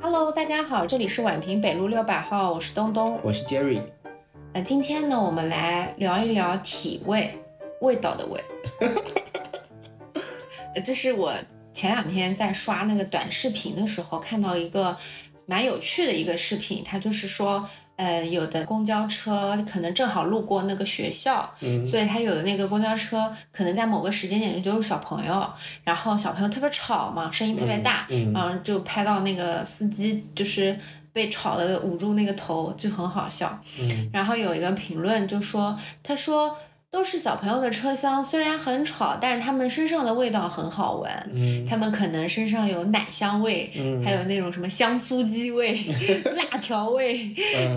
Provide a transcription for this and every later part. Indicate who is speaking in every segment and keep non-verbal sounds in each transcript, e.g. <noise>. Speaker 1: Hello，大家好，这里是宛平北路六百号，我是东东。
Speaker 2: 我是 Jerry，
Speaker 1: 呃，今天呢，我们来聊一聊体味，味道的味。 <laughs> 呃这是我前两天在刷那个短视频的时候看到一个蛮有趣的一个视频，它就是说，呃，有的公交车可能正好路过那个学校，
Speaker 2: 嗯
Speaker 1: 所以它有的那个公交车可能在某个时间点就有小朋友，然后小朋友特别吵嘛，声音特别大，
Speaker 2: 嗯
Speaker 1: 然后就拍到那个司机就是被吵的捂住那个头，就很好笑。
Speaker 2: 嗯
Speaker 1: 然后有一个评论就说，他说都是小朋友的车厢，虽然很吵，但是他们身上的味道很好闻，
Speaker 2: 嗯，
Speaker 1: 他们可能身上有奶香味。
Speaker 2: 嗯
Speaker 1: 还有那种什么香酥鸡
Speaker 2: <laughs>
Speaker 1: 味、辣条味，
Speaker 2: 嗯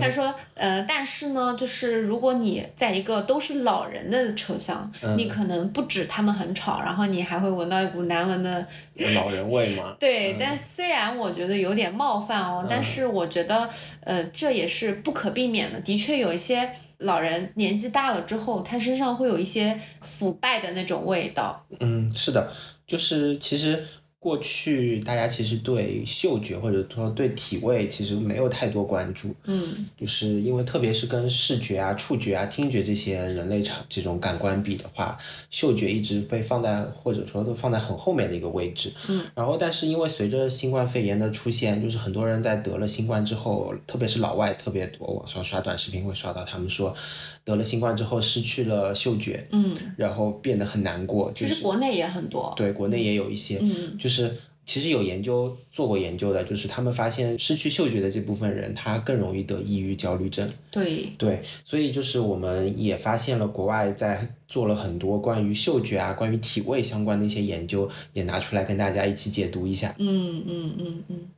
Speaker 1: <laughs> 他说，呃，但是呢，就是如果你在一个都是老人的车厢，
Speaker 2: 嗯
Speaker 1: 你可能不止他们很吵，然后你还会闻到一股难闻的
Speaker 2: 老人味嘛，
Speaker 1: 对，
Speaker 2: 嗯
Speaker 1: 但虽然我觉得有点冒犯哦，但
Speaker 2: 嗯
Speaker 1: 是我觉得，呃，这也是不可避免的。的确，有一些老人年纪大了之后，他身上会有一些腐败的那种味道。
Speaker 2: 嗯，是的，就是其实过去大家其实对嗅觉或者说对体味其实没有太多关注，
Speaker 1: 嗯
Speaker 2: 就是因为特别是跟视觉啊、触觉啊、听觉这些人类场这种感官比的话，嗅觉一直被放在或者说都放在很后面的一个位置。
Speaker 1: 嗯。
Speaker 2: 然后，但是因为随着新冠肺炎的出现，就是很多人在得了新冠之后，特别是老外特别多，网上刷短视频会刷到他们说，得了新冠之后失去了嗅觉，
Speaker 1: 嗯，
Speaker 2: 然后变得很难过，
Speaker 1: 其
Speaker 2: 就
Speaker 1: 实
Speaker 2: 是
Speaker 1: 国内也很多。
Speaker 2: 对国内也有一些，
Speaker 1: 嗯
Speaker 2: 就是其实有研究做过研究的，就是他们发现失去嗅觉的这部分人，他更容易得抑郁焦虑症。
Speaker 1: 对，
Speaker 2: 对，所以就是我们也发现了国外在做了很多关于嗅觉啊、关于体味相关的一些研究，也拿出来跟大家一起解读一下。
Speaker 1: 嗯嗯嗯嗯，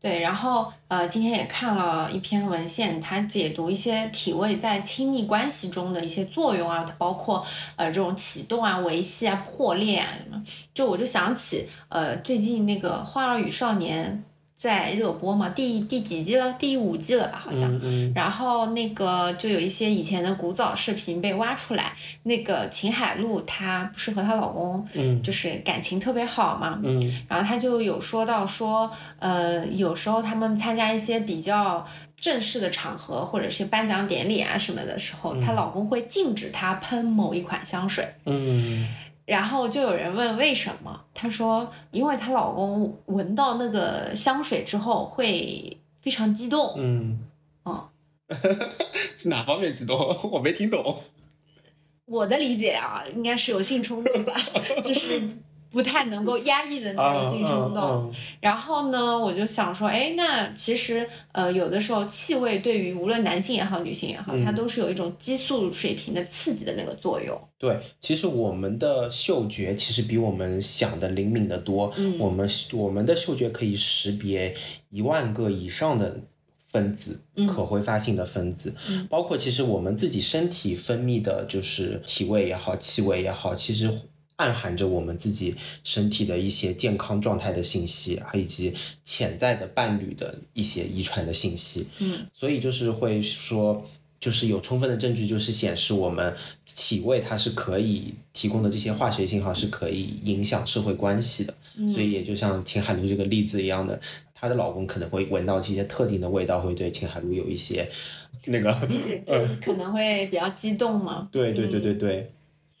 Speaker 1: 对。然后呃，今天也看了一篇文献，它解读一些体味在亲密关系中的一些作用啊，包括呃这种启动啊、维系啊、破裂啊什么。就我就想起呃最近那个《花儿与少年》在热播嘛，第第几季了？第五季了吧？好像。
Speaker 2: 嗯嗯
Speaker 1: 然后那个就有一些以前的古早视频被挖出来，那个秦海璐她不是和她老公
Speaker 2: 嗯
Speaker 1: 就是感情特别好嘛，
Speaker 2: 嗯
Speaker 1: 然后他就有说到说，呃，有时候他们参加一些比较正式的场合，或者是颁奖典礼啊什么的时候，她、
Speaker 2: 嗯
Speaker 1: 老公会禁止她喷某一款香水。
Speaker 2: 嗯
Speaker 1: 然后就有人问为什么，她说，因为她老公闻到那个香水之后会非常激动，
Speaker 2: 嗯
Speaker 1: 嗯，
Speaker 2: <laughs> 是哪方面激动？ <laughs> 我没听懂。
Speaker 1: 我的理解啊，应该是有性冲动吧， <laughs> 就是不太能够压抑的那种性冲动。
Speaker 2: 嗯
Speaker 1: 然后呢，我就想说，哎，那其实呃，有的时候气味对于无论男性也好，女性也好，它
Speaker 2: 嗯
Speaker 1: 都是有一种激素水平的刺激的那个作用。
Speaker 2: 对，其实我们的嗅觉其实比我们想的灵敏得多。
Speaker 1: 嗯
Speaker 2: 我们我们的嗅觉可以识别一万个以上的分子，
Speaker 1: 嗯
Speaker 2: 可挥发性的分子，
Speaker 1: 嗯
Speaker 2: 包括其实我们自己身体分泌的，就是体味也好，气味也好，其实。暗含着我们自己身体的一些健康状态的信息，还以及潜在的伴侣的一些遗传的信息。
Speaker 1: 嗯
Speaker 2: 所以就是会说，就是有充分的证据，就是显示我们体味它是可以提供的这些化学信号是可以影响社会关系的。
Speaker 1: 嗯，
Speaker 2: 所以也就像秦海璐这个例子一样的，她的老公可能会闻到这些特定的味道，会对秦海璐有一些那个，
Speaker 1: 嗯
Speaker 2: 呃
Speaker 1: 就是可能会比较激动嘛。
Speaker 2: 对对对对对，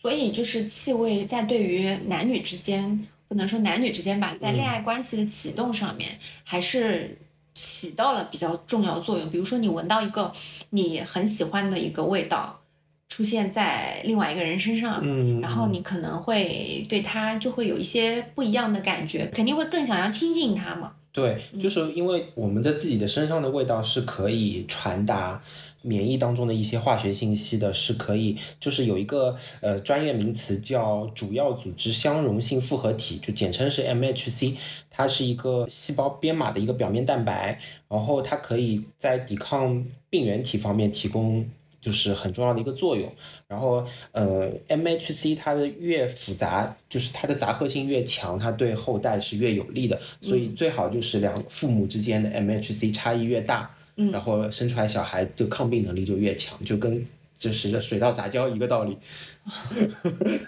Speaker 1: 所以就是气味在对于男女之间，不能说男女之间吧，在恋
Speaker 2: 嗯
Speaker 1: 爱关系的启动上面，还是起到了比较重要的作用。比如说，你闻到一个你很喜欢的一个味道，出现在另外一个人身上，
Speaker 2: 嗯，
Speaker 1: 然后你可能会对他就会有一些不一样的感觉，肯定会更想要亲近他嘛。
Speaker 2: 对，
Speaker 1: 嗯
Speaker 2: 就是因为我们在自己的身上的味道是可以传达免疫当中的一些化学信息的，是可以，就是有一个呃专业名词叫主要组织相容性复合体，就简称是 MHC，它是一个细胞编码的一个表面蛋白，然后它可以在抵抗病原体方面提供。就是很重要的一个作用，然后呃，MHC 它的越复杂，就是它的杂合性越强，它对后代是越有利的。所以
Speaker 1: 嗯
Speaker 2: 最好就是两父母之间的 MHC 差异越大，
Speaker 1: 嗯
Speaker 2: 然后生出来小孩就抗病能力就越强，就跟就是水到杂交一个道理。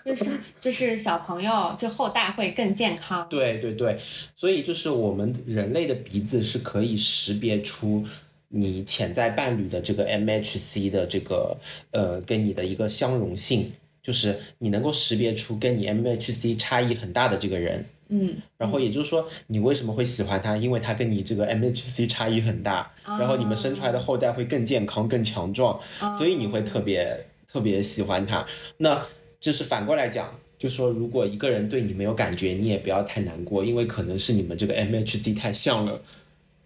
Speaker 1: 就是 <laughs> 就是小朋友，就后代会更健康。
Speaker 2: 对对对，所以就是我们人类的鼻子是可以识别出你潜在伴侣的这个 MHC 的这个呃跟你的一个相容性，就是你能够识别出跟你 MHC 差异很大的这个人。
Speaker 1: 嗯，
Speaker 2: 然后也就是说，你为什么会喜欢他？因为他跟你这个 MHC 差异很大，
Speaker 1: 哦
Speaker 2: 然后你们生出来的后代会更健康、更强壮，
Speaker 1: 啊
Speaker 2: 所以你会特别特别喜欢他。那就是反过来讲，就说如果一个人对你没有感觉，你也不要太难过，因为可能是你们这个 MHC 太像了。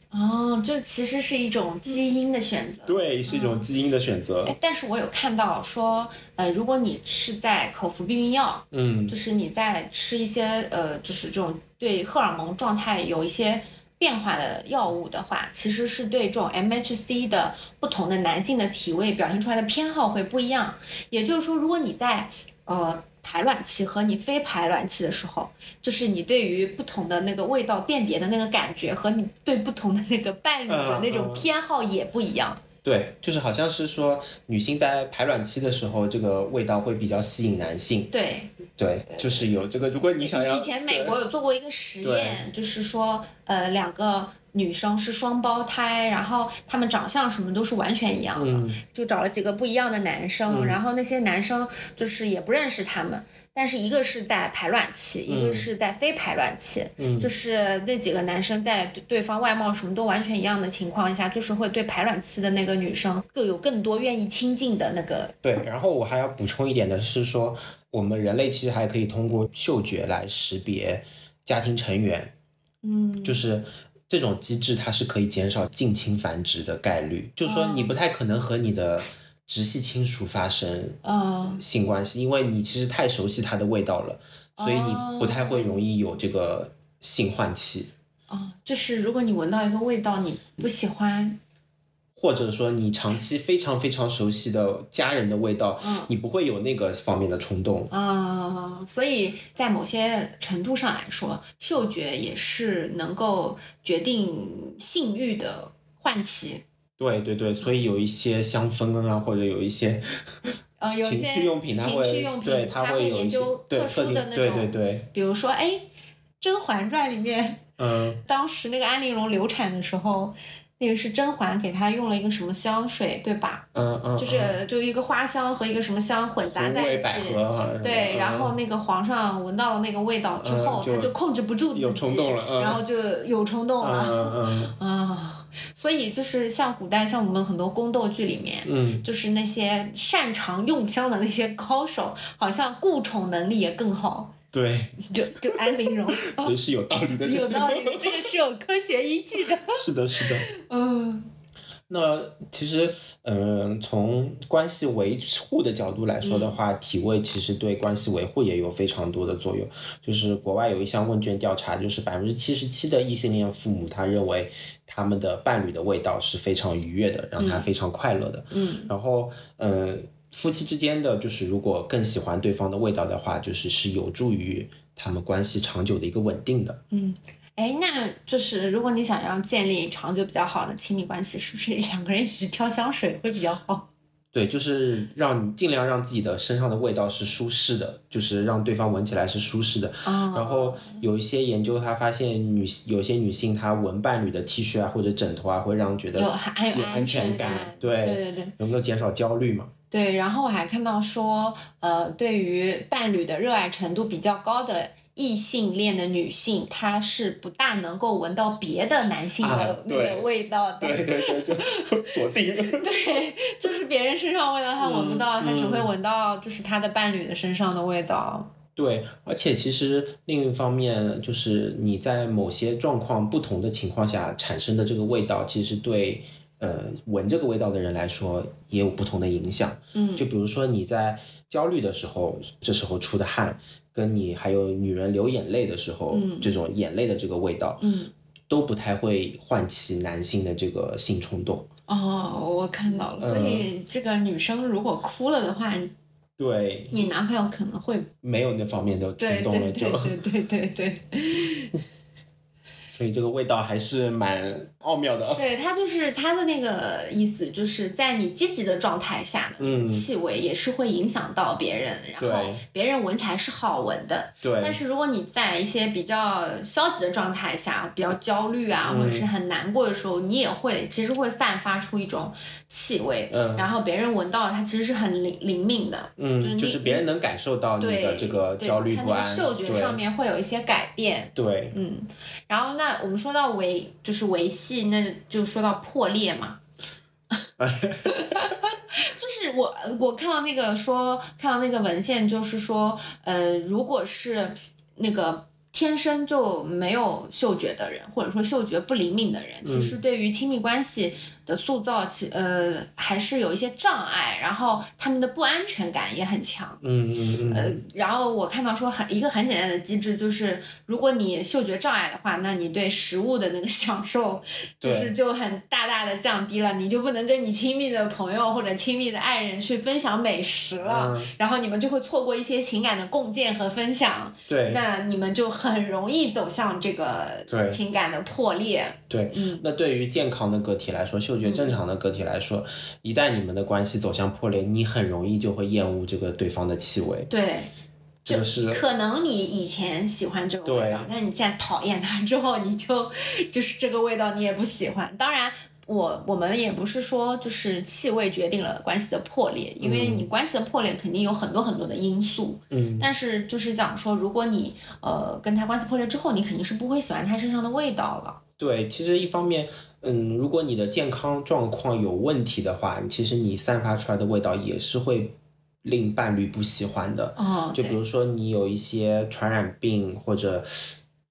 Speaker 1: 哦，这其实是一种基因的选择。
Speaker 2: 对，是一种基因的选择。
Speaker 1: 哎，但是我有看到说，呃，如果你是在口服避孕药，
Speaker 2: 嗯
Speaker 1: 就是你在吃一些呃，就是这种对荷尔蒙状态有一些变化的药物的话，其实是对这种 MHC 的不同的男性的体位表现出来的偏好会不一样。也就是说，如果你在呃排卵期和你非排卵期的时候，就是你对于不同的那个味道辨别的那个感觉和你对不同的那个伴侣的那
Speaker 2: 嗯嗯
Speaker 1: 种偏好也不一样。
Speaker 2: 对，就是好像是说女性在排卵期的时候，这个味道会比较吸引男性。
Speaker 1: 对，
Speaker 2: 对，就是有这个。如果你想要
Speaker 1: 以前美国有做过一个实
Speaker 2: 对
Speaker 1: 验，就是说，呃，两个女生是双胞胎，然后她们长相什么都是完全一样的，
Speaker 2: 嗯
Speaker 1: 就找了几个不一样的男生，
Speaker 2: 嗯
Speaker 1: 然后那些男生就是也不认识他们，但是一个是在排卵期，一
Speaker 2: 嗯
Speaker 1: 个是在非排卵期，
Speaker 2: 嗯
Speaker 1: 就是那几个男生在对对方外貌什么都完全一样的情况下，就是会对排卵期的那个女生更有更多愿意亲近的那个，
Speaker 2: 嗯对，然后我还要补充一点的是说，我们人类其实还可以通过嗅觉来识别家庭成员，
Speaker 1: 嗯，
Speaker 2: 就是这种机制它是可以减少近亲繁殖的概率，就是说你
Speaker 1: 哦
Speaker 2: 不太可能和你的直系亲属发生
Speaker 1: 嗯，
Speaker 2: 性关系，因为你其实太熟悉它的味道了，所以你不太会容易有这个性换气，
Speaker 1: 哦，就是如果你闻到一个味道你不喜欢，
Speaker 2: 或者说你长期非常非常熟悉的家人的味道，
Speaker 1: 嗯
Speaker 2: 你不会有那个方面的冲动。
Speaker 1: 啊、所以在某些程度上来说，嗅觉也是能够决定性欲的唤起。
Speaker 2: 对对对，所以有一些香氛啊，或者有一些
Speaker 1: 呃，有一
Speaker 2: 情
Speaker 1: 些
Speaker 2: 趣用品，它
Speaker 1: 情
Speaker 2: 会
Speaker 1: 趣用品
Speaker 2: 对
Speaker 1: 它
Speaker 2: 会有
Speaker 1: 研
Speaker 2: 一些
Speaker 1: 究
Speaker 2: 对
Speaker 1: 特
Speaker 2: 特
Speaker 1: 殊
Speaker 2: 定
Speaker 1: 的那种，
Speaker 2: 对对对，
Speaker 1: 比如说，哎，《甄嬛传》里面
Speaker 2: 嗯
Speaker 1: 当时那个安陵容流产的时候，那个是甄嬛给她用了一个什么香水，对吧？
Speaker 2: 嗯嗯，
Speaker 1: 就是就一个花香和一个什么香混杂
Speaker 2: 嗯
Speaker 1: 在
Speaker 2: 味
Speaker 1: 一起，
Speaker 2: 百合啊，
Speaker 1: 对，
Speaker 2: 嗯
Speaker 1: 然后那个皇上闻到了那个味道之
Speaker 2: 嗯
Speaker 1: 后，
Speaker 2: 就
Speaker 1: 他就控制不住自己，
Speaker 2: 有冲动了嗯
Speaker 1: 然后就有冲动了
Speaker 2: 嗯嗯
Speaker 1: 啊。所以就是像古代，像我们很多宫斗剧里面， <laughs>
Speaker 2: 嗯
Speaker 1: 就是那些擅长用香的那些高手，好像顾宠能力也更好，
Speaker 2: 嗯，对，
Speaker 1: 就就安陵
Speaker 2: <laughs>
Speaker 1: 容，
Speaker 2: 所以是有道理的，，
Speaker 1: 哦有道理这个是有科学依据的。
Speaker 2: <laughs> 是的，是的。
Speaker 1: 嗯
Speaker 2: 那其实，嗯、从关系维护的角度来说
Speaker 1: 嗯
Speaker 2: 的话，体味其实对关系维护也有非常多的作用。就是国外有一项问卷调查，就是百分之七十七的异性恋父母，他认为他们的伴侣的味道是非常愉悦的，让他非常快乐的。
Speaker 1: 嗯
Speaker 2: 然后，嗯、夫妻之间的就是如果更喜欢对方的味道的话，就是是有助于他们关系长久的一个稳定的。
Speaker 1: 嗯，哎，那就是如果你想要建立长久比较好的亲密关系，是不是两个人一起挑香水会比较好？
Speaker 2: 对，就是让你尽量让自己的身上的味道是舒适的，就是让对方闻起来是舒适的。
Speaker 1: 啊，
Speaker 2: 然后有一些研究，他发现女有些女性她闻伴侣的 T 恤啊或者枕头啊，会让觉得
Speaker 1: 有还还有
Speaker 2: 有安全
Speaker 1: 全
Speaker 2: 感对
Speaker 1: 对对对
Speaker 2: 能够减少焦虑嘛。
Speaker 1: 对。然后我还看到说，呃，对于伴侣的热爱程度比较高的异性恋的女性，她是不大能够闻到别的男性
Speaker 2: 啊
Speaker 1: 的那
Speaker 2: 对
Speaker 1: 个味道的。
Speaker 2: <laughs> 对对对，就 <laughs> 锁定了。
Speaker 1: <laughs> 对就是别人身上的味道她闻不到，
Speaker 2: 嗯
Speaker 1: 她只会
Speaker 2: 嗯
Speaker 1: 闻到就是她的伴侣的身上的味道。
Speaker 2: 对，而且其实另一方面，就是你在某些状况不同的情况下产生的这个味道，其实对呃闻这个味道的人来说也有不同的影响。
Speaker 1: 嗯
Speaker 2: 就比如说你在焦虑的时候，这时候出的汗，跟你还有女人流眼泪的时候，
Speaker 1: 嗯
Speaker 2: 这种眼泪的这个味道，
Speaker 1: 嗯，
Speaker 2: 都不太会唤起男性的这个性冲动。
Speaker 1: 哦，我看到了。
Speaker 2: 嗯
Speaker 1: 所以这个女生如果哭了的话，
Speaker 2: 对，
Speaker 1: 你男朋友可能会
Speaker 2: 没有那方面的
Speaker 1: 对
Speaker 2: 冲动
Speaker 1: 对
Speaker 2: 了就。
Speaker 1: 对对对对对。
Speaker 2: <laughs> 所以这个味道还是蛮奥妙的。
Speaker 1: 对，它就是它的那个意思，就是在你积极的状态下的那个
Speaker 2: 嗯
Speaker 1: 气味也是会影响到别人，然后
Speaker 2: 对
Speaker 1: 别人闻起来是好闻的。
Speaker 2: 对，
Speaker 1: 但是如果你在一些比较消极的状态下，比较焦虑啊，
Speaker 2: 嗯
Speaker 1: 或者是很难过的时候，你也会其实会散发出一种气味，
Speaker 2: 嗯
Speaker 1: 然后别人闻到了它其实是很灵灵敏的，
Speaker 2: 嗯，就是别人能感受到你
Speaker 1: 对
Speaker 2: 的这个
Speaker 1: 对
Speaker 2: 焦虑
Speaker 1: 它
Speaker 2: 不
Speaker 1: 那个
Speaker 2: 安，
Speaker 1: 嗅觉
Speaker 2: 对
Speaker 1: 上面会有一些改变。
Speaker 2: 对，
Speaker 1: 嗯，然后那我们说到维就是维系，那就说到破裂嘛。就是我我看到那个说看到那个文献，就是说，呃，如果是那个天生就没有嗅觉的人，或者说嗅觉不灵敏的人，其实对于亲密关系的塑造，其呃还是有一些障碍，然后他们的不安全感也很强。
Speaker 2: 嗯嗯
Speaker 1: 呃
Speaker 2: 嗯，，
Speaker 1: 然后我看到说很一个很简单的机制，就是如果你嗅觉障碍的话，那你对食物的那个 <laughs> 享受，就
Speaker 2: 对
Speaker 1: 是就很大大的降低了，你就不能跟你亲密的朋友或者亲密的爱人去分享美食了，
Speaker 2: 嗯
Speaker 1: 然后你们就会错过一些情感的共建和分享，
Speaker 2: 对
Speaker 1: 那你们就很容易走向这个
Speaker 2: 对
Speaker 1: 情感的破裂。
Speaker 2: 对。
Speaker 1: 嗯，
Speaker 2: 那对于健康的个体来说，嗅觉正常的个体来说，一旦你们的关系走向破裂，你很容易就会厌恶这个对方的气味，
Speaker 1: 对。
Speaker 2: 这个是
Speaker 1: 可能你以前喜欢这个味道
Speaker 2: 对，
Speaker 1: 但你现在讨厌它之后，你就就是这个味道你也不喜欢。当然，我我们也不是说就是气味决定了关系的破裂，因为
Speaker 2: 嗯
Speaker 1: 你关系的破裂肯定有很多很多的因素。
Speaker 2: 嗯，
Speaker 1: 但是就是想说，如果你呃跟他关系破裂之后，你肯定是不会喜欢他身上的味道了。
Speaker 2: 对，其实一方面，嗯，如果你的健康状况有问题的话，其实你散发出来的味道也是会令伴侣不喜欢的。
Speaker 1: 哦，
Speaker 2: 就比
Speaker 1: 对
Speaker 2: 如说你有一些传染病或者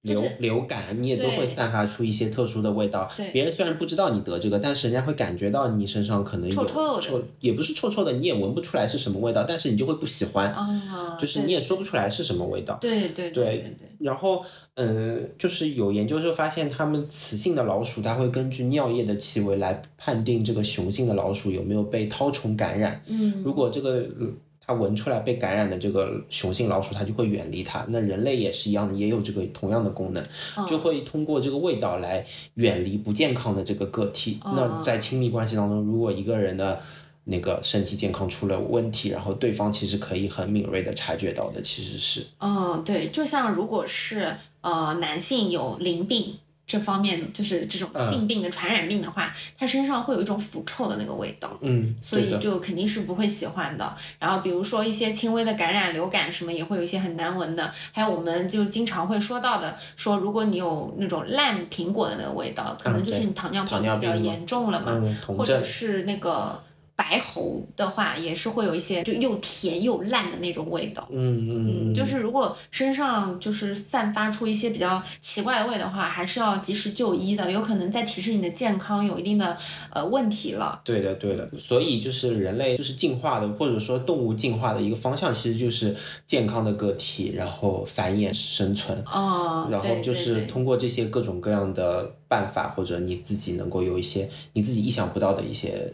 Speaker 2: 流、流感，你也都
Speaker 1: 对
Speaker 2: 会散发出一些特殊的味道。
Speaker 1: 对
Speaker 2: 别人虽然不知道你得这个，但是人家会感觉到你身上可能有
Speaker 1: 臭臭的
Speaker 2: 也不是臭臭的，你也闻不出来是什么味道，但是你就会不喜欢，
Speaker 1: 啊，
Speaker 2: 就是你也说不出来是什么味道。
Speaker 1: 对对对
Speaker 2: 对
Speaker 1: 对对，
Speaker 2: 然后，嗯，就是有研究就发现，它们雌性的老鼠，它会根据尿液的气味来判定这个雄性的老鼠有没有被绦虫感染。
Speaker 1: 嗯，
Speaker 2: 如果这个呃它闻出来被感染的这个雄性老鼠，它就会远离它。那人类也是一样的，也有这个同样的功能，
Speaker 1: 嗯
Speaker 2: 就会通过这个味道来远离不健康的这个个体。
Speaker 1: 哦
Speaker 2: 那在亲密关系当中，如果一个人的那个身体健康出了问题，然后对方其实可以很敏锐的察觉到的，其实是
Speaker 1: 嗯，对，就像如果是呃男性有淋病这方面，就是这种
Speaker 2: 嗯
Speaker 1: 性病的传染病的话，他身上会有一种腐臭的那个味道。
Speaker 2: 嗯，
Speaker 1: 所
Speaker 2: 对
Speaker 1: 以
Speaker 2: 的
Speaker 1: 就肯定是不会喜欢的。然后比如说一些轻微的感染、流感什么，也会有一些很难闻的。还有我们就经常会说到的，说如果你有那种烂苹果的那个味道，可能就是
Speaker 2: 嗯对
Speaker 1: 你糖尿
Speaker 2: 糖
Speaker 1: 病
Speaker 2: 尿
Speaker 1: 比较
Speaker 2: 病嘛
Speaker 1: 严重了嘛。
Speaker 2: 嗯，同
Speaker 1: 或者
Speaker 2: 症，
Speaker 1: 是那个白喉的话，也是会有一些就又甜又烂的那种味道。
Speaker 2: 嗯
Speaker 1: 嗯，
Speaker 2: 嗯，
Speaker 1: 就是如果身上就是散发出一些比较奇怪的味的话，还是要及时就医的，有可能在提示你的健康有一定的呃问题了。
Speaker 2: 对的，对的，所以就是人类就是进化的，或者说动物进化的一个方向，其实就是健康的个体，然后繁衍生存，
Speaker 1: 哦，
Speaker 2: 然后
Speaker 1: 对对
Speaker 2: 就是
Speaker 1: 对
Speaker 2: 通过这些各种各样的办法，或者你自己能够有一些你自己意想不到的一些，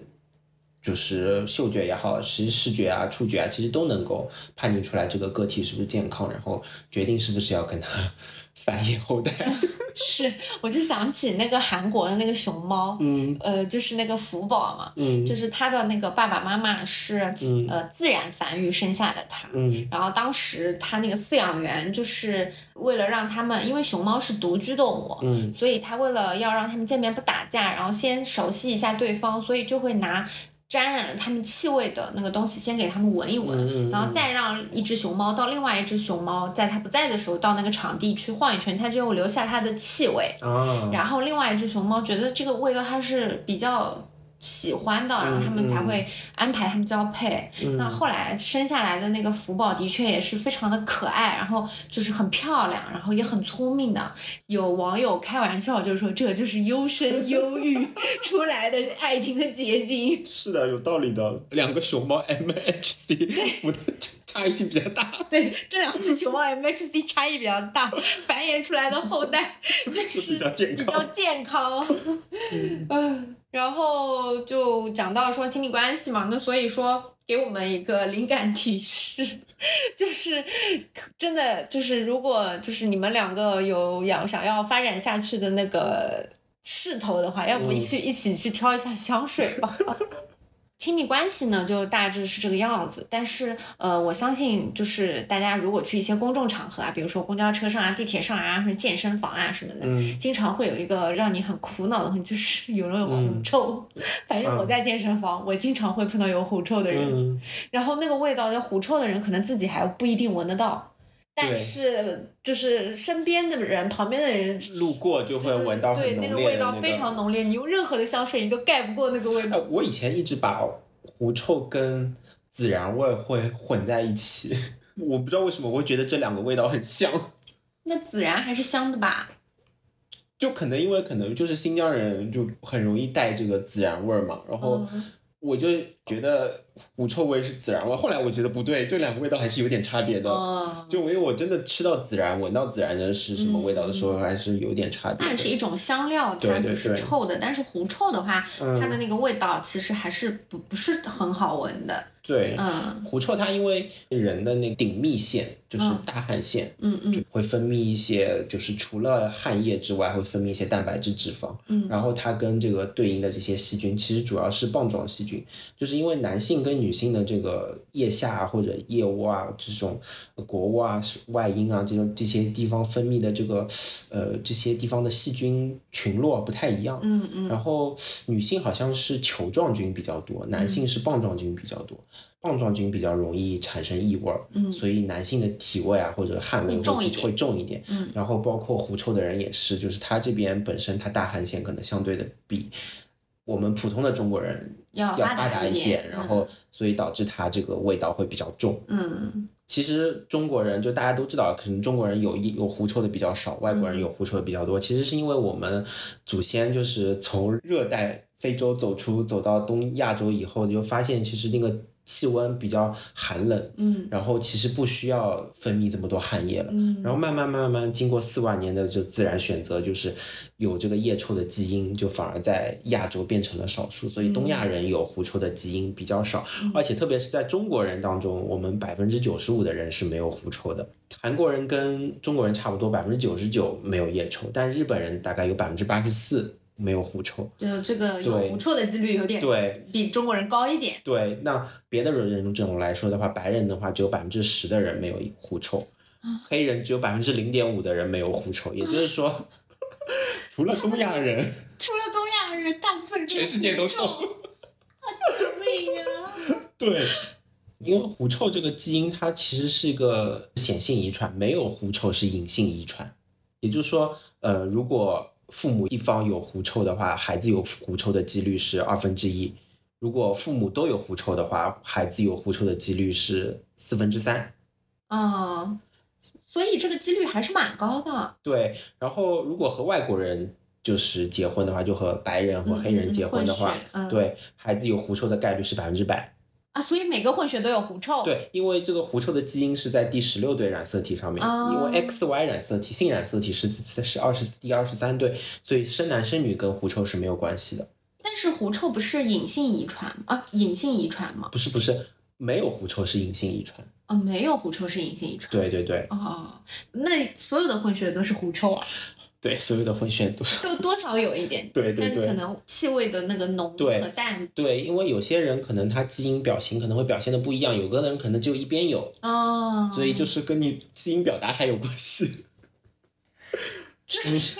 Speaker 2: 就是嗅觉也好，视视觉啊、触觉啊，其实都能够判定出来这个个体是不是健康，然后决定是不是要跟它 <laughs> 繁衍后代。
Speaker 1: 是，我就想起那个韩国的那个熊猫，
Speaker 2: 嗯
Speaker 1: 呃，就是那个福宝嘛，
Speaker 2: 嗯，
Speaker 1: 就是它的那个爸爸妈妈是、
Speaker 2: 嗯
Speaker 1: 呃自然繁育生下的它，
Speaker 2: 嗯
Speaker 1: 然后当时他那个饲养员就是为了让他们，因为熊猫是独居动物，
Speaker 2: 嗯
Speaker 1: 所以他为了要让他们见面不打架，然后先熟悉一下对方，所以就会拿沾染了他们气味的那个东西先给他们闻一闻，
Speaker 2: 嗯嗯
Speaker 1: 呃然后再让一只熊猫到另外一只熊猫在它不在的时候到那个场地去晃一圈，它就留下它的气味。
Speaker 2: 啊，
Speaker 1: 然后另外一只熊猫觉得这个味道它是比较喜欢的，然后他们才会安排他们交配。
Speaker 2: 嗯
Speaker 1: 那后来生下来的那个福宝的确也是非常的可爱，然后就是很漂亮，然后也很聪明的。有网友开玩笑就是说，这就是优生优育 <laughs> 出来的爱情的结晶。
Speaker 2: 是的，有道理的。两个熊猫 MHC 不差异性比较大，
Speaker 1: 对，这两只熊猫 MHC <laughs> 差异比较大，繁衍出来的后代 <laughs> 就是
Speaker 2: 比较健
Speaker 1: 比
Speaker 2: 康
Speaker 1: 较健康。嗯，然后就讲到说亲密关系嘛，那所以说给我们一个灵感提示，就是真的就是如果就是你们两个有想想要发展下去的那个势头的话，要不
Speaker 2: 嗯
Speaker 1: 去一起去挑一下香水吧。 <laughs> 亲密关系呢，就大致是这个样子。但是，呃，我相信就是大家如果去一些公众场合啊，比如说公交车上啊、地铁上啊、什么健身房啊什么的，
Speaker 2: 嗯，
Speaker 1: 经常会有一个让你很苦恼的问题，就是有人有狐
Speaker 2: 嗯
Speaker 1: 臭。反正我
Speaker 2: 嗯
Speaker 1: 在健身房，我经常会碰到有狐臭的人。
Speaker 2: 嗯，
Speaker 1: 然后那个味道，就狐臭的人可能自己还不一定闻得到，但
Speaker 2: 对
Speaker 1: 是就是身边的人、旁边的人
Speaker 2: 路过就会闻到
Speaker 1: 对
Speaker 2: 很浓
Speaker 1: 那
Speaker 2: 烈
Speaker 1: 个味
Speaker 2: 的
Speaker 1: 道
Speaker 2: 那
Speaker 1: 非
Speaker 2: 个
Speaker 1: 常浓烈，你用任何的香水你都盖不过那个味
Speaker 2: 呃
Speaker 1: 道。，
Speaker 2: 我以前一直把狐臭跟孜然味会混在一起，我不知道为什么我会觉得这两个味道很像，
Speaker 1: 那孜然还是香的吧？
Speaker 2: 就可能因为可能就是新疆人就很容易带这个孜然味儿嘛，然后
Speaker 1: 嗯
Speaker 2: 我就觉得狐臭味是孜然味，后来我觉得不对，这两个味道还是有点差别的。
Speaker 1: 嗯，
Speaker 2: 就因为我真的吃到孜然，闻到孜然的是什么味道的时候，还是有点差
Speaker 1: 嗯
Speaker 2: 别
Speaker 1: 那是
Speaker 2: 的。
Speaker 1: 一种香料，
Speaker 2: 对
Speaker 1: 它
Speaker 2: 对
Speaker 1: 不是
Speaker 2: 对
Speaker 1: 臭的，但是狐臭的话，它的
Speaker 2: 嗯，
Speaker 1: 那个味道其实还是不不是很好闻的。
Speaker 2: 对，
Speaker 1: 嗯
Speaker 2: 狐臭它因为人的那个顶泌腺就是
Speaker 1: 嗯
Speaker 2: 大汗腺，
Speaker 1: 嗯嗯
Speaker 2: 会分泌一些，就是除了汗液之外，会分泌一些蛋白质、脂肪。
Speaker 1: 嗯
Speaker 2: 然后它跟这个对应的这些细菌，其实主要是棒状细菌，就是因为男性跟女性的这个腋下啊或者腋窝啊这种呃国窝啊、是外阴啊这种这些地方分泌的这个呃这些地方的细菌群落不太一样。
Speaker 1: 嗯嗯
Speaker 2: 然后女性好像是球状菌比较多，男性是棒状菌比较多，棒状菌比较容易产生异味儿。
Speaker 1: 嗯
Speaker 2: 所以男性的体味啊或者汗味
Speaker 1: 会
Speaker 2: 会
Speaker 1: 重一点
Speaker 2: 会重一点。
Speaker 1: 嗯
Speaker 2: 然后包括狐臭的人也是，就是他这边本身他大汗腺可能相对的比我们普通的中国人
Speaker 1: 要
Speaker 2: 要
Speaker 1: 发达
Speaker 2: 达
Speaker 1: 一
Speaker 2: 一
Speaker 1: 点
Speaker 2: 些，然后所以导致他这个味道会比较重。
Speaker 1: 嗯
Speaker 2: 其实中国人就大家都知道，可能中国人有一有狐臭的比较少，外国人有狐臭的比较多。其实是因为我们祖先就是从热带非洲走出，走到东亚洲以后，就发现其实那个气温比较寒冷，
Speaker 1: 嗯
Speaker 2: 然后其实不需要分泌这么多汗液了。
Speaker 1: 嗯，
Speaker 2: 然后慢慢慢慢，经过四万年的这自然选择，就是有这个腋臭的基因，就反而在亚洲变成了少数，所以东亚人有狐臭的基因比较少，
Speaker 1: 嗯
Speaker 2: 而且特别是在中国人当中，我们百分之九十五的人是没有狐臭的。韩国人跟中国人差不多，百分之九十九没有腋臭，但日本人大概有百分之八十四没有狐臭。
Speaker 1: 嗯就这个有
Speaker 2: 对
Speaker 1: 狐臭的几率有点
Speaker 2: 对
Speaker 1: 比中国人高一点。
Speaker 2: 对，那别的人种来说的话，白人的话只有百分之十的人没有狐臭，黑人只有百分之零点五的人没有狐臭，也就是说， <laughs> 除了东亚人，
Speaker 1: 除了东亚人，大部分
Speaker 2: 全世界都
Speaker 1: 臭。
Speaker 2: 臭
Speaker 1: 啊，救命啊！
Speaker 2: 对，因为狐臭这个基因它其实是一个显性遗传，没有狐臭是隐性遗传，也就是说，呃，如果父母一方有狐臭的话，孩子有狐臭的几率是二分之一；如果父母都有狐臭的话，孩子有狐臭的几率是四分之三。
Speaker 1: 啊，所以这个几率还是蛮高的。
Speaker 2: 对，然后如果和外国人就是结婚的话，就和白人或黑人结婚的
Speaker 1: 嗯
Speaker 2: 话，
Speaker 1: 嗯嗯混血嗯
Speaker 2: 对孩子有狐臭的概率是百分之百。
Speaker 1: 啊，所以每个混血都有狐臭。，
Speaker 2: 对，因为这个狐臭的基因是在第十六对染色体上面，
Speaker 1: 哦
Speaker 2: 因为 XY 染色体、性染色体是是二十第二十三对，所以生男生女跟狐臭是没有关系的。
Speaker 1: 但是狐臭不是隐性遗传吗啊，隐性遗传吗？
Speaker 2: 不是不是，没有狐臭是隐性遗传。
Speaker 1: 啊，没有狐臭是隐性遗传。
Speaker 2: 对对对
Speaker 1: 哦，那所有的混血都是狐臭啊，
Speaker 2: 对，所有的混血都是。，
Speaker 1: 就多少有一点
Speaker 2: 对对
Speaker 1: 但
Speaker 2: 对
Speaker 1: 可能气味的那个浓
Speaker 2: 对
Speaker 1: 和淡
Speaker 2: 对，因为有些人可能他基因表型可能会表现的不一样，有个人可能只有一边有，
Speaker 1: 哦，
Speaker 2: 所以就是跟你基因表达还有关系。 <laughs>
Speaker 1: 这真的就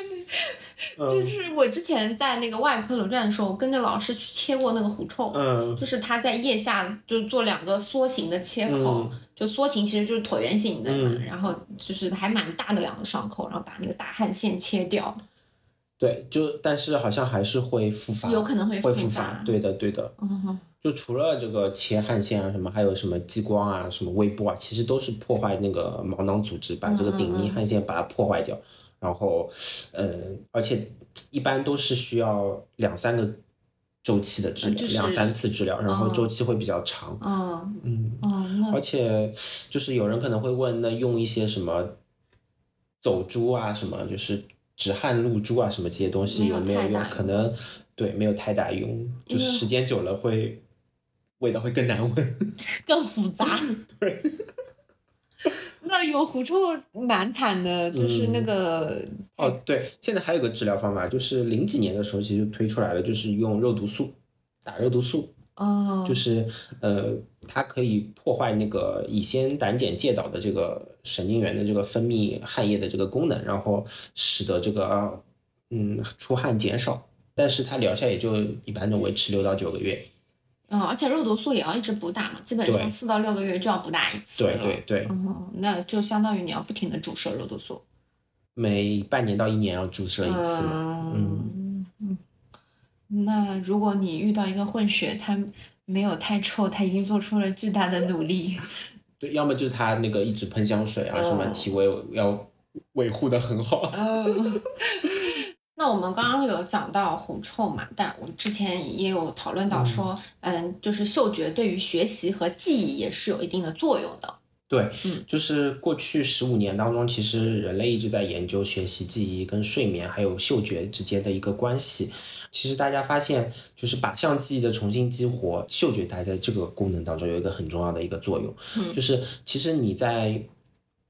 Speaker 2: 嗯
Speaker 1: 是我之前在那个外科轮转的时候，跟着老师去切过那个狐臭，
Speaker 2: 嗯
Speaker 1: 就是他在腋下就做两个缩形的切口，
Speaker 2: 嗯
Speaker 1: 就缩形其实就是椭圆形的嘛，
Speaker 2: 嗯
Speaker 1: 然后就是还蛮大的两个伤口，然后把那个大汗腺切掉，
Speaker 2: 对，就但是好像还是会复发，
Speaker 1: 有可能会
Speaker 2: 会
Speaker 1: 复
Speaker 2: 复
Speaker 1: 发
Speaker 2: 对的，对的。
Speaker 1: 嗯，
Speaker 2: 就除了这个切汗腺啊什么，还有什么激光啊、什么微波啊，其实都是破坏那个毛囊组织，把这个
Speaker 1: 嗯嗯
Speaker 2: 顶泌汗腺把它破坏掉。然后，呃，而且一般都是需要两三个周期的治疗，
Speaker 1: 嗯就是
Speaker 2: 两三次治疗，然后周期会比较长。
Speaker 1: 嗯
Speaker 2: 嗯
Speaker 1: 嗯，那
Speaker 2: 而且就是有人可能会问，那用一些什么走珠啊，什么就是止汗露珠啊，什么这些东西
Speaker 1: 没有
Speaker 2: 有没有
Speaker 1: 太
Speaker 2: 用
Speaker 1: 大？
Speaker 2: 可能对没有太大用，
Speaker 1: 因
Speaker 2: 就
Speaker 1: 为
Speaker 2: 是时间久了会味道会更难闻。 <laughs>
Speaker 1: <laughs> 更复杂。
Speaker 2: 对，
Speaker 1: 像有狐臭蛮惨的，就是
Speaker 2: 嗯
Speaker 1: 那个
Speaker 2: 哦，对，现在还有个治疗方法，就是零几年的时候其实就推出来了，就是用肉毒素，打肉毒素，
Speaker 1: 哦，
Speaker 2: 就是呃，它可以破坏那个乙酰胆碱介导的这个神经元的这个分泌汗液的这个功能，然后使得这个嗯出汗减少，但是它疗效也就一般的维持六到九个月。
Speaker 1: 嗯，而且肉毒素也要一直补打嘛，基本
Speaker 2: 对
Speaker 1: 上四到六个月就要补打一次
Speaker 2: 对
Speaker 1: 了
Speaker 2: 对对，
Speaker 1: 哦，那就相当于你要不停的注射肉毒素。
Speaker 2: 每半年到一年要注射一次。
Speaker 1: 呃嗯嗯，那如果你遇到一个混血，他没有太臭，他已经做出了巨大的努
Speaker 2: <laughs>
Speaker 1: 力。
Speaker 2: 对，要么就是他那个一直喷香水啊，什么
Speaker 1: 嗯
Speaker 2: 体味要维护的很好。
Speaker 1: 嗯，
Speaker 2: 哦
Speaker 1: <laughs> 那我们刚刚有讲到狐臭嘛，但我之前也有讨论到说，嗯，就是嗅觉对于学习和记忆也是有一定的作用的。
Speaker 2: 对，
Speaker 1: 嗯
Speaker 2: 就是过去十五年当中，其实人类一直在研究学习、记忆跟睡眠还有嗅觉之间的一个关系。其实大家发现，就是靶向记忆的重新激活，嗅觉它在这个功能当中有一个很重要的一个作用。
Speaker 1: 嗯
Speaker 2: 就是其实你在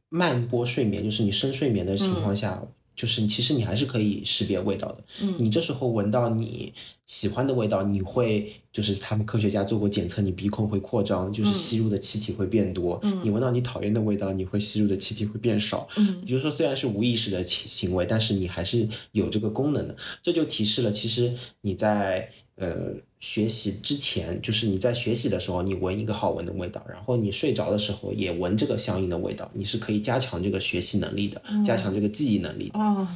Speaker 2: 慢波睡眠，就是你深睡眠的情况下，就是其实你还是可以识别味道的。
Speaker 1: 嗯
Speaker 2: 你这时候闻到你喜欢的味道，你会就是他们科学家做过检测，你鼻孔会扩张，就是
Speaker 1: 嗯
Speaker 2: 吸入的气体会变多。
Speaker 1: 嗯
Speaker 2: 你闻到你讨厌的味道，你会吸入的气体会变少。也
Speaker 1: 嗯
Speaker 2: 就是说，虽然是无意识的行行为，但是你还是有这个功能的。这就提示了，其实你在呃学习之前，就是你在学习的时候，你闻一个好闻的味道，然后你睡着的时候也闻这个相应的味道，你是可以加强这个学习能力的，
Speaker 1: 嗯
Speaker 2: 加强这个记忆能力的，
Speaker 1: 哦，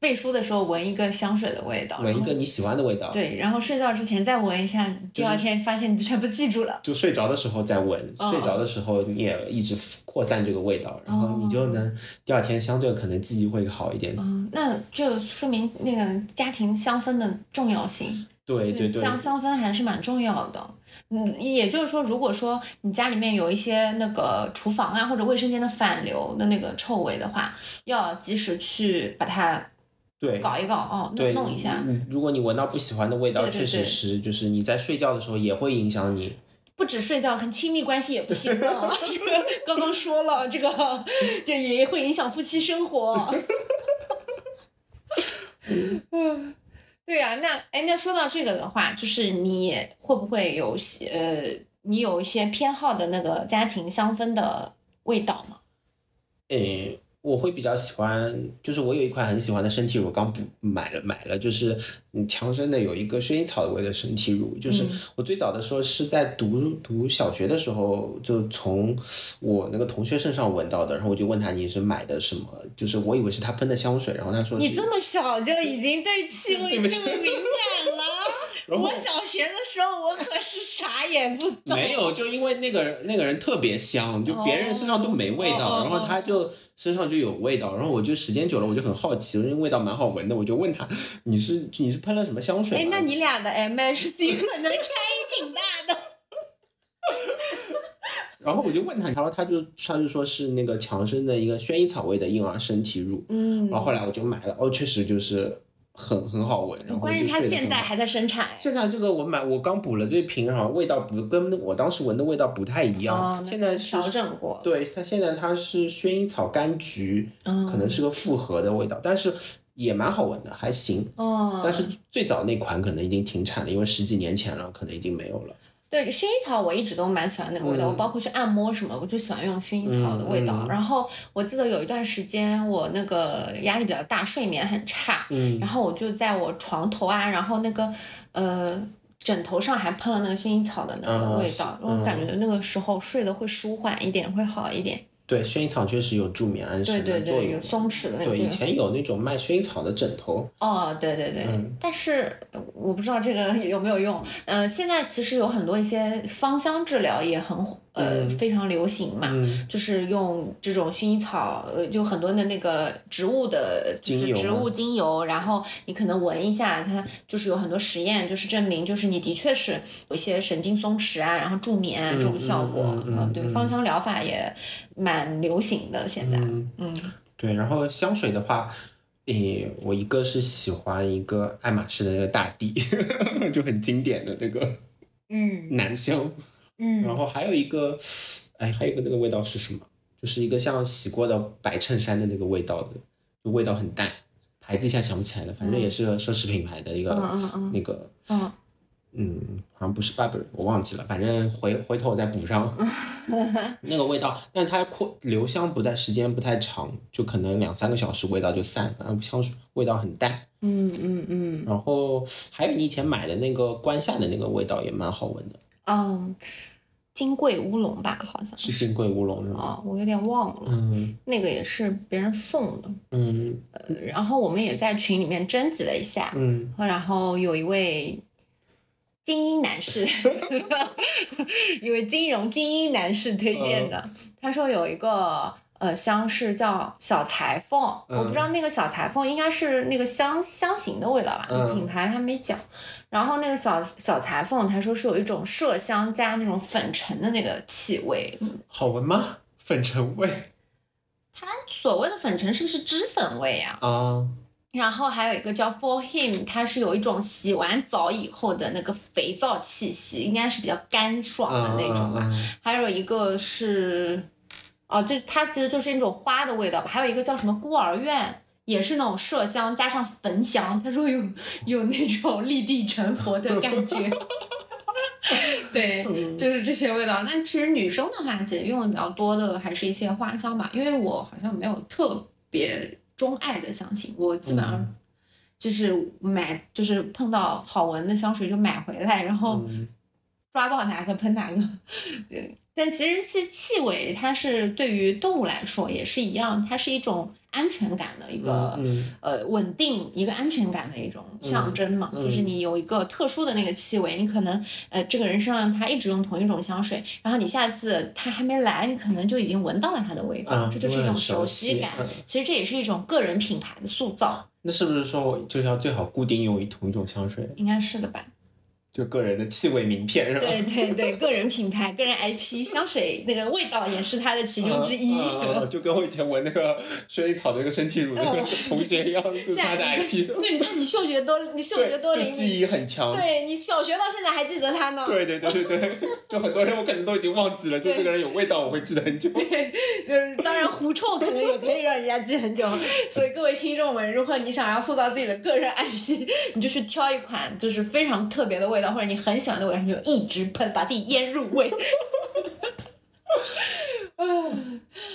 Speaker 1: 背书的时候闻一个香水的味道，
Speaker 2: 闻一
Speaker 1: 然后
Speaker 2: 个你喜欢的味道。
Speaker 1: 哦对，然后睡觉之前再闻一下，第二天发现你全部记住了。
Speaker 2: 就睡着的时候再闻，
Speaker 1: 哦
Speaker 2: 睡着的时候你也一直扩散这个味道，然后你就能第二天相对可能记忆会好一点。
Speaker 1: 哦嗯，那这说明那个家庭香氛的重要性。
Speaker 2: 对对对，
Speaker 1: 香香氛还是蛮重要的。嗯，也就是说，如果说你家里面有一些那个厨房啊或者卫生间的反流的那个臭味的话，要及时去把它
Speaker 2: 对
Speaker 1: 搞一搞哦，
Speaker 2: 对，
Speaker 1: 弄弄一下。
Speaker 2: 你。你如果你闻到不喜欢的味道，
Speaker 1: 对对
Speaker 2: 确实
Speaker 1: 对
Speaker 2: 是，就是你在睡觉的时候也会影响你。
Speaker 1: 不止睡觉，跟亲密关系也不行
Speaker 2: <laughs>
Speaker 1: 啊。这个刚刚说了，这个这也会影响夫妻生活。啊 <laughs> 嗯，对呀、那哎，那说到这个的话，就是你会不会有喜呃，你有一些偏好的那个家庭香氛的味道吗？
Speaker 2: 诶，我会比较喜欢，就是我有一款很喜欢的身体乳，刚补买了买了，就是嗯强生的有一个薰衣草味的身体乳，就是
Speaker 1: 嗯
Speaker 2: 我最早的时候是在读读小学的时候，就从我那个同学身上闻到的，然后我就问他你是买的什么，就是我以为是他喷的香水，然后他说
Speaker 1: 你
Speaker 2: 是
Speaker 1: 这么小就已经对气味
Speaker 2: 对
Speaker 1: 这
Speaker 2: 不
Speaker 1: 么
Speaker 2: 起
Speaker 1: 敏感
Speaker 2: <laughs> 然
Speaker 1: 了？
Speaker 2: 后
Speaker 1: 我小学的时候，我可是啥也不懂。
Speaker 2: 没有，就因为那个人那个人特别香，就别人身上都没味道，
Speaker 1: 哦哦哦
Speaker 2: 然后他就身上就有味道，然后我就时间久了我就很好奇，因为味道蛮好闻的，我就问他你是你是喷了什么香水
Speaker 1: 哎
Speaker 2: 吗？，
Speaker 1: 那你俩的 MHC 可能差异挺大的。
Speaker 2: 然后我就问他，然后他就他就说是那个强生的一个薰衣草味的婴儿身体乳，
Speaker 1: 嗯
Speaker 2: <laughs> 然后后来我就买了，哦，确实就是很很好闻，然后
Speaker 1: 关键
Speaker 2: 就
Speaker 1: 它
Speaker 2: 睡得
Speaker 1: 现
Speaker 2: 很
Speaker 1: 在
Speaker 2: 好
Speaker 1: 还在生产。
Speaker 2: 现在这个我买，我刚补了这瓶，好像味道不跟我当时闻的味道不太一样。
Speaker 1: 哦，那
Speaker 2: 现在是
Speaker 1: 调整过，
Speaker 2: 对，它现在它是薰衣草柑橘，
Speaker 1: 嗯
Speaker 2: 可能是个复合的味道，但是也蛮好闻的，还行。
Speaker 1: 嗯，
Speaker 2: 但是最早那款可能已经停产了，因为十几年前了，可能已经没有了。
Speaker 1: 对薰衣草我一直都蛮喜欢那个味道，
Speaker 2: 嗯
Speaker 1: 我包括去按摩什么，我就喜欢用薰衣草的味道。
Speaker 2: 嗯嗯
Speaker 1: 然后我记得有一段时间我那个压力比较大，睡眠很差，
Speaker 2: 嗯
Speaker 1: 然后我就在我床头啊，然后那个呃枕头上还喷了那个薰衣草的那
Speaker 2: 嗯
Speaker 1: 个味道，
Speaker 2: 嗯
Speaker 1: 我感觉那个时候睡得会舒缓一点，会好一点。
Speaker 2: 对，薰衣草确实有助眠安
Speaker 1: 对
Speaker 2: 神
Speaker 1: 对
Speaker 2: 的作
Speaker 1: 对，
Speaker 2: 用
Speaker 1: 有。松弛的那个作
Speaker 2: 对，以
Speaker 1: 用。
Speaker 2: 前有那种卖薰衣草的枕头，
Speaker 1: 哦，对对对，
Speaker 2: 嗯
Speaker 1: 但是呃我不知道这个有没有用。呃，现在其实有很多一些芳香治疗也很火呃、
Speaker 2: 嗯
Speaker 1: 非常流行嘛，
Speaker 2: 嗯，
Speaker 1: 就是用这种薰衣草，呃，就很多的那个植物的，就
Speaker 2: 精
Speaker 1: 是
Speaker 2: 油啊
Speaker 1: 植
Speaker 2: 吗
Speaker 1: 物精油，然后你可能闻一下，它就是有很多实验，就是证明就是你的确是有一些神经松弛啊，然后助眠啊、这种效果。呃
Speaker 2: 嗯嗯嗯
Speaker 1: 对，
Speaker 2: 嗯
Speaker 1: 芳香疗法也蛮流行的现在。
Speaker 2: 嗯
Speaker 1: 嗯
Speaker 2: 对，然后香水的话，诶，我一个是喜欢一个爱马仕的那个大地， <laughs> 就很经典的那个
Speaker 1: 嗯
Speaker 2: 男香，
Speaker 1: 嗯
Speaker 2: 然后还有一个，哎，还有一个那个味道是什么？就是一个像洗过的白衬衫的那个味道的，就味道很淡。牌子一下想不起来了，反正也是奢侈品牌的一个、
Speaker 1: 嗯嗯嗯
Speaker 2: 那个，
Speaker 1: 嗯，
Speaker 2: 嗯，好像不是 Burberry，我忘记了，反正回回头我再补上
Speaker 1: <laughs>
Speaker 2: 那个味道。但是它扩留香不太时间不太长，就可能两三个小时味道就散了，然后香水味道很淡。
Speaker 1: 嗯嗯嗯，
Speaker 2: 然后还有你以前买的那个关夏的那个味道也蛮好闻的，
Speaker 1: 嗯，金桂乌龙吧，好像
Speaker 2: 是金桂乌龙是吗？
Speaker 1: 啊、我有点忘了，
Speaker 2: 嗯
Speaker 1: 那个也是别人送的，
Speaker 2: 嗯
Speaker 1: 呃，然后我们也在群里面征集了一下，
Speaker 2: 嗯，
Speaker 1: 然后有一位精英男士， <laughs> 一位金融精英男士推荐的，他说有一个呃香是叫小裁缝，我不知道那个小裁缝应该是那个香香型的味道吧，
Speaker 2: 嗯
Speaker 1: 品牌他没讲。然后那个小小裁缝他说是有一种麝香加那种粉尘的那个气味，嗯
Speaker 2: 好闻吗？粉尘味
Speaker 1: 他哎所谓的粉尘是不是脂粉味呀、
Speaker 2: 啊，
Speaker 1: 然后还有一个叫 For Him，它是有一种洗完澡以后的那个肥皂气息，应该是比较干爽的那种吧。
Speaker 2: 嗯，
Speaker 1: 还有一个是，哦，就它其实就是那种花的味道吧。还有一个叫什么孤儿院，也是那种麝香加上焚香，他说有有那种立地成佛的感觉。 <laughs> 对，
Speaker 2: 嗯
Speaker 1: 就是这些味道。那其实女生的话，其实用的比较多的还是一些花香吧，因为我好像没有特别钟爱的香型，我基本上
Speaker 2: 嗯
Speaker 1: 就是买，就是碰到好闻的香水就买回来，然后
Speaker 2: 嗯
Speaker 1: 抓到哪个喷哪个。对，但其实是气味，它是对于动物来说也是一样，它是一种安全感的一个、
Speaker 2: 嗯嗯
Speaker 1: 呃稳定一个安全感的一种象征嘛，
Speaker 2: 嗯
Speaker 1: 就是你有一个特殊的那个气味，你可能呃这个人身上他一直用同一种香水，然后你下次他还没来，你可能就已经闻到了他的味道，
Speaker 2: 嗯
Speaker 1: 这就是一
Speaker 2: 因为
Speaker 1: 种
Speaker 2: 很熟
Speaker 1: 悉
Speaker 2: 悉
Speaker 1: 感。
Speaker 2: 嗯
Speaker 1: 其实这也是一种个人品牌的塑造，
Speaker 2: 那是不是说我就是要最好固定用一同一种香水，
Speaker 1: 应该是的吧？
Speaker 2: 就个人的气味名片是吧？
Speaker 1: 对对对，个人品牌、个人 IP，香水那个味道也是它的其中之一。
Speaker 2: 嗯嗯嗯就跟我以前闻那个薰衣草的那个身体乳那个同学一样，就是他的 IP，
Speaker 1: <laughs> 对，你看你嗅觉多，你嗅觉
Speaker 2: 对，
Speaker 1: 多
Speaker 2: 就
Speaker 1: 灵
Speaker 2: 记
Speaker 1: 敏，
Speaker 2: 忆很强。
Speaker 1: 对你小学到现在还记得它呢。
Speaker 2: 对对对对对，就很多人我可能都已经忘记了，就
Speaker 1: 对
Speaker 2: 这个人有味道，我会记得很久。
Speaker 1: 就是当然狐臭可能也可以让人家记很久，所以各位听众们，如果你想要塑造自己的个人 IP，你就去挑一款就是非常特别的味道，或者你很喜欢的味道，你就一直喷，把自己腌入味。 <laughs>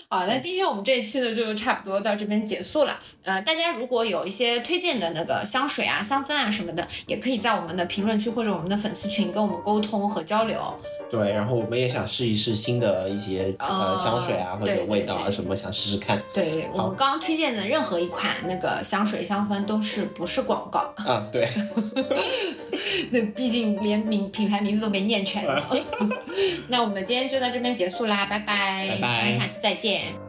Speaker 1: 好，那今天我们这一期呢就差不多到这边结束了。呃，大家如果有一些推荐的那个香水啊、香氛啊什么的，也可以在我们的评论区或者我们的粉丝群跟我们沟通和交流。
Speaker 2: 对，然后我们也想试一试新的一些呃香水啊或者味道啊什么，想试试看
Speaker 1: 对对，我
Speaker 2: 好
Speaker 1: 们刚刚推荐的任何一款那个香水香氛都是不是广告， <laughs>
Speaker 2: 啊。对，
Speaker 1: 那毕竟连名品牌名字都没 <laughs>
Speaker 2: 啊
Speaker 1: 念全了。那我们今天就到这边结束啦，拜拜，
Speaker 2: 拜拜
Speaker 1: 我们下期再见。